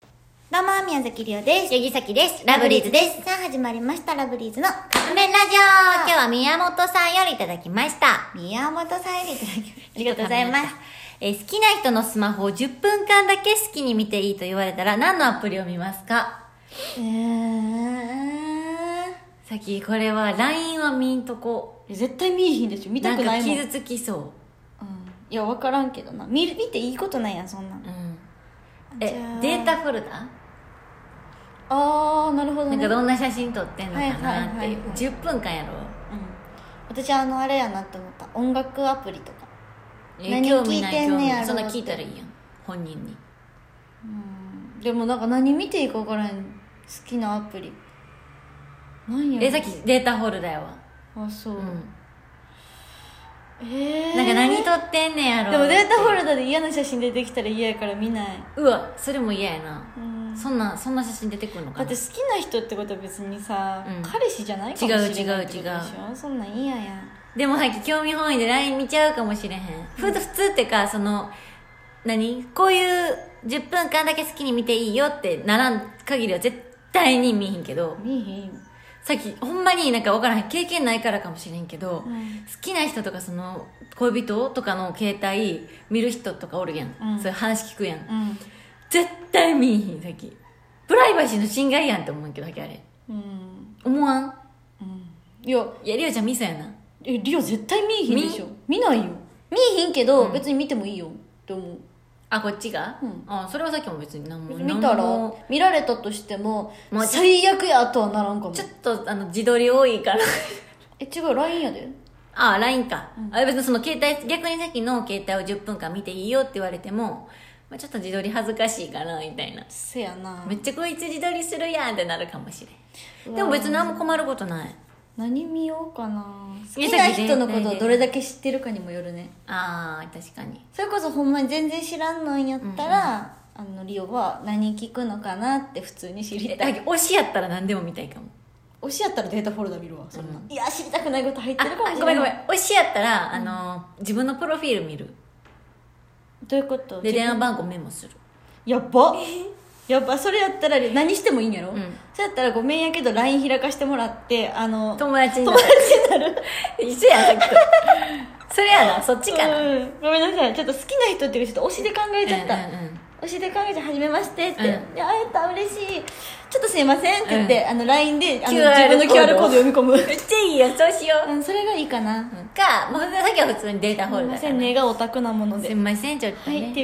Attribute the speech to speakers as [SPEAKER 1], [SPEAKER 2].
[SPEAKER 1] どうも、宮崎りおです。
[SPEAKER 2] ゆぎさきです。
[SPEAKER 1] ラ
[SPEAKER 2] ラ
[SPEAKER 1] ブ
[SPEAKER 2] ブ
[SPEAKER 1] リ
[SPEAKER 2] リ
[SPEAKER 1] ー
[SPEAKER 2] ー
[SPEAKER 1] ズ
[SPEAKER 2] ズ
[SPEAKER 1] で
[SPEAKER 2] です。
[SPEAKER 1] す。さあ、始まりました、ラブリーズの
[SPEAKER 2] カップ麺ラジオ今日は宮本さんよりいただきました。
[SPEAKER 1] 宮本さんよりいただきました。
[SPEAKER 2] ありがとうございます。えー好きな人のスマホを10分間だけ好きに見ていいと言われたら何のアプリを見ますか
[SPEAKER 1] うーん。
[SPEAKER 2] さっきこれは LINE は見んとこ。
[SPEAKER 1] 絶対見えひんでしょ。見たくないもん。
[SPEAKER 2] んか傷つきそ
[SPEAKER 1] うんいや、わからんけどな。見る、見ていいことないやん、そんなん
[SPEAKER 2] う。うん。
[SPEAKER 1] じゃ
[SPEAKER 2] え
[SPEAKER 1] あ、
[SPEAKER 2] データフォルダ
[SPEAKER 1] あー、なるほど
[SPEAKER 2] な
[SPEAKER 1] ね。
[SPEAKER 2] んかどんな写真撮ってんのか
[SPEAKER 1] はいはい
[SPEAKER 2] なっ
[SPEAKER 1] は
[SPEAKER 2] て
[SPEAKER 1] い
[SPEAKER 2] いう
[SPEAKER 1] はい。
[SPEAKER 2] 10分間やろ
[SPEAKER 1] うん。私、あの、あれやなって思った。音楽アプリとか。
[SPEAKER 2] え
[SPEAKER 1] 何
[SPEAKER 2] 興味な
[SPEAKER 1] 聞いてんねやろ
[SPEAKER 2] 興味ないそんな聞いたらいいやん。本人に。
[SPEAKER 1] うん。でもなんか何見ていいかわからへん。好きなアプリ。なんやろ
[SPEAKER 2] え、さっきデータフォルダやわ。
[SPEAKER 1] あ、そう
[SPEAKER 2] う。ん。
[SPEAKER 1] えー。
[SPEAKER 2] なんか何撮ってんねやろ
[SPEAKER 1] でもデータフォルダで嫌な写真出てきたら嫌やから見ないう
[SPEAKER 2] わそれも嫌やな、
[SPEAKER 1] うん
[SPEAKER 2] そんなそんな写真出てくるの
[SPEAKER 1] だ
[SPEAKER 2] か
[SPEAKER 1] っ
[SPEAKER 2] な
[SPEAKER 1] て好きな人ってことは別にさ、
[SPEAKER 2] うん
[SPEAKER 1] 彼氏じゃないかもしれない
[SPEAKER 2] 違
[SPEAKER 1] ってこと
[SPEAKER 2] う違う
[SPEAKER 1] でしょそんなん嫌やん
[SPEAKER 2] でもさっき興味本位で LINE 見ちゃうかもしれへん、ふ普通ってかその何こういう10分間だけ好きに見ていいよってならん限りは絶対に見えへんけど
[SPEAKER 1] 見えへん
[SPEAKER 2] さっきほんまになんか分からへん経験ないからかもしれんけど、
[SPEAKER 1] う
[SPEAKER 2] 好
[SPEAKER 1] ん
[SPEAKER 2] きな人とかその恋人とかの携帯見る人とかおるやん、
[SPEAKER 1] うん
[SPEAKER 2] そういう話聞くやん、
[SPEAKER 1] うん
[SPEAKER 2] 絶対見えへんさっきプライバシーの侵害やんって思うけどさっきあれ
[SPEAKER 1] うん
[SPEAKER 2] 思わん
[SPEAKER 1] うんいや
[SPEAKER 2] いやりおちゃんミソやな
[SPEAKER 1] えリオ絶対見えへんでしょ見ないよ見えへんけど、別に見てもいいよって思う
[SPEAKER 2] あこっちが、
[SPEAKER 1] うん
[SPEAKER 2] あそれはさっきも別に何も
[SPEAKER 1] 見たら
[SPEAKER 2] 何も
[SPEAKER 1] 見られたとしても
[SPEAKER 2] まあ
[SPEAKER 1] 最悪やとはならんかも
[SPEAKER 2] ちょっとあの自撮り多いから
[SPEAKER 1] え違う LINE やで
[SPEAKER 2] あ LINE か、あ別にその携帯逆にさっきの携帯を10分間見ていいよって言われても、まあ、ちょっと自撮り恥ずかしいかなみたいな
[SPEAKER 1] せやな
[SPEAKER 2] めっちゃこいつ自撮りするやんってなるかもし
[SPEAKER 1] う
[SPEAKER 2] れ
[SPEAKER 1] んわ
[SPEAKER 2] でも別に何も困ることない
[SPEAKER 1] 何見ようかな好
[SPEAKER 2] いや
[SPEAKER 1] きな
[SPEAKER 2] さっき
[SPEAKER 1] 人のこと
[SPEAKER 2] 全
[SPEAKER 1] を
[SPEAKER 2] 然
[SPEAKER 1] どれだけ知ってるかにもよるね
[SPEAKER 2] あー確かに
[SPEAKER 1] それこそほんまに全然知らんのんやったら、あのリオは何聞くのかなって普通に知り
[SPEAKER 2] え
[SPEAKER 1] た
[SPEAKER 2] さっ
[SPEAKER 1] い
[SPEAKER 2] き推しやったら何でも見たいかも
[SPEAKER 1] 推しやったらデータフォルダ見るわそんな、いや知りたくないこと入って
[SPEAKER 2] あ
[SPEAKER 1] るかもしれない
[SPEAKER 2] あごめんごめん推しやったら、あの自分のプロフィール見る
[SPEAKER 1] どういうこと
[SPEAKER 2] で電話番号メモする
[SPEAKER 1] や ばやばそれやったら何してもいいんやろ、
[SPEAKER 2] ん
[SPEAKER 1] それやったらごめんやけど LINE 開かしてもらってあの
[SPEAKER 2] 友達にな
[SPEAKER 1] 友
[SPEAKER 2] る
[SPEAKER 1] 達に なる
[SPEAKER 2] 一緒やんさっきとそれやなそっちかな、
[SPEAKER 1] うん、ごめんなさいちょっと好きな人っていうかちょっと推しで考えちゃった、
[SPEAKER 2] うんうんうん
[SPEAKER 1] 推しで考えちゃ初めましてって、
[SPEAKER 2] うん
[SPEAKER 1] で会えた嬉しいちょっとすいませんって言って、あの LINE であの
[SPEAKER 2] QR
[SPEAKER 1] 自分の QR コード読み込む
[SPEAKER 2] めっちゃいいよそうしよう、
[SPEAKER 1] うん、それがいいかな。
[SPEAKER 2] かもうさっきは普通にデータ
[SPEAKER 1] す
[SPEAKER 2] ホ
[SPEAKER 1] い
[SPEAKER 2] ール
[SPEAKER 1] ま
[SPEAKER 2] だか
[SPEAKER 1] せ
[SPEAKER 2] ら
[SPEAKER 1] ん、根がオタクなもの
[SPEAKER 2] す
[SPEAKER 1] で
[SPEAKER 2] い。ませんちょっと
[SPEAKER 1] は
[SPEAKER 2] ね
[SPEAKER 1] い、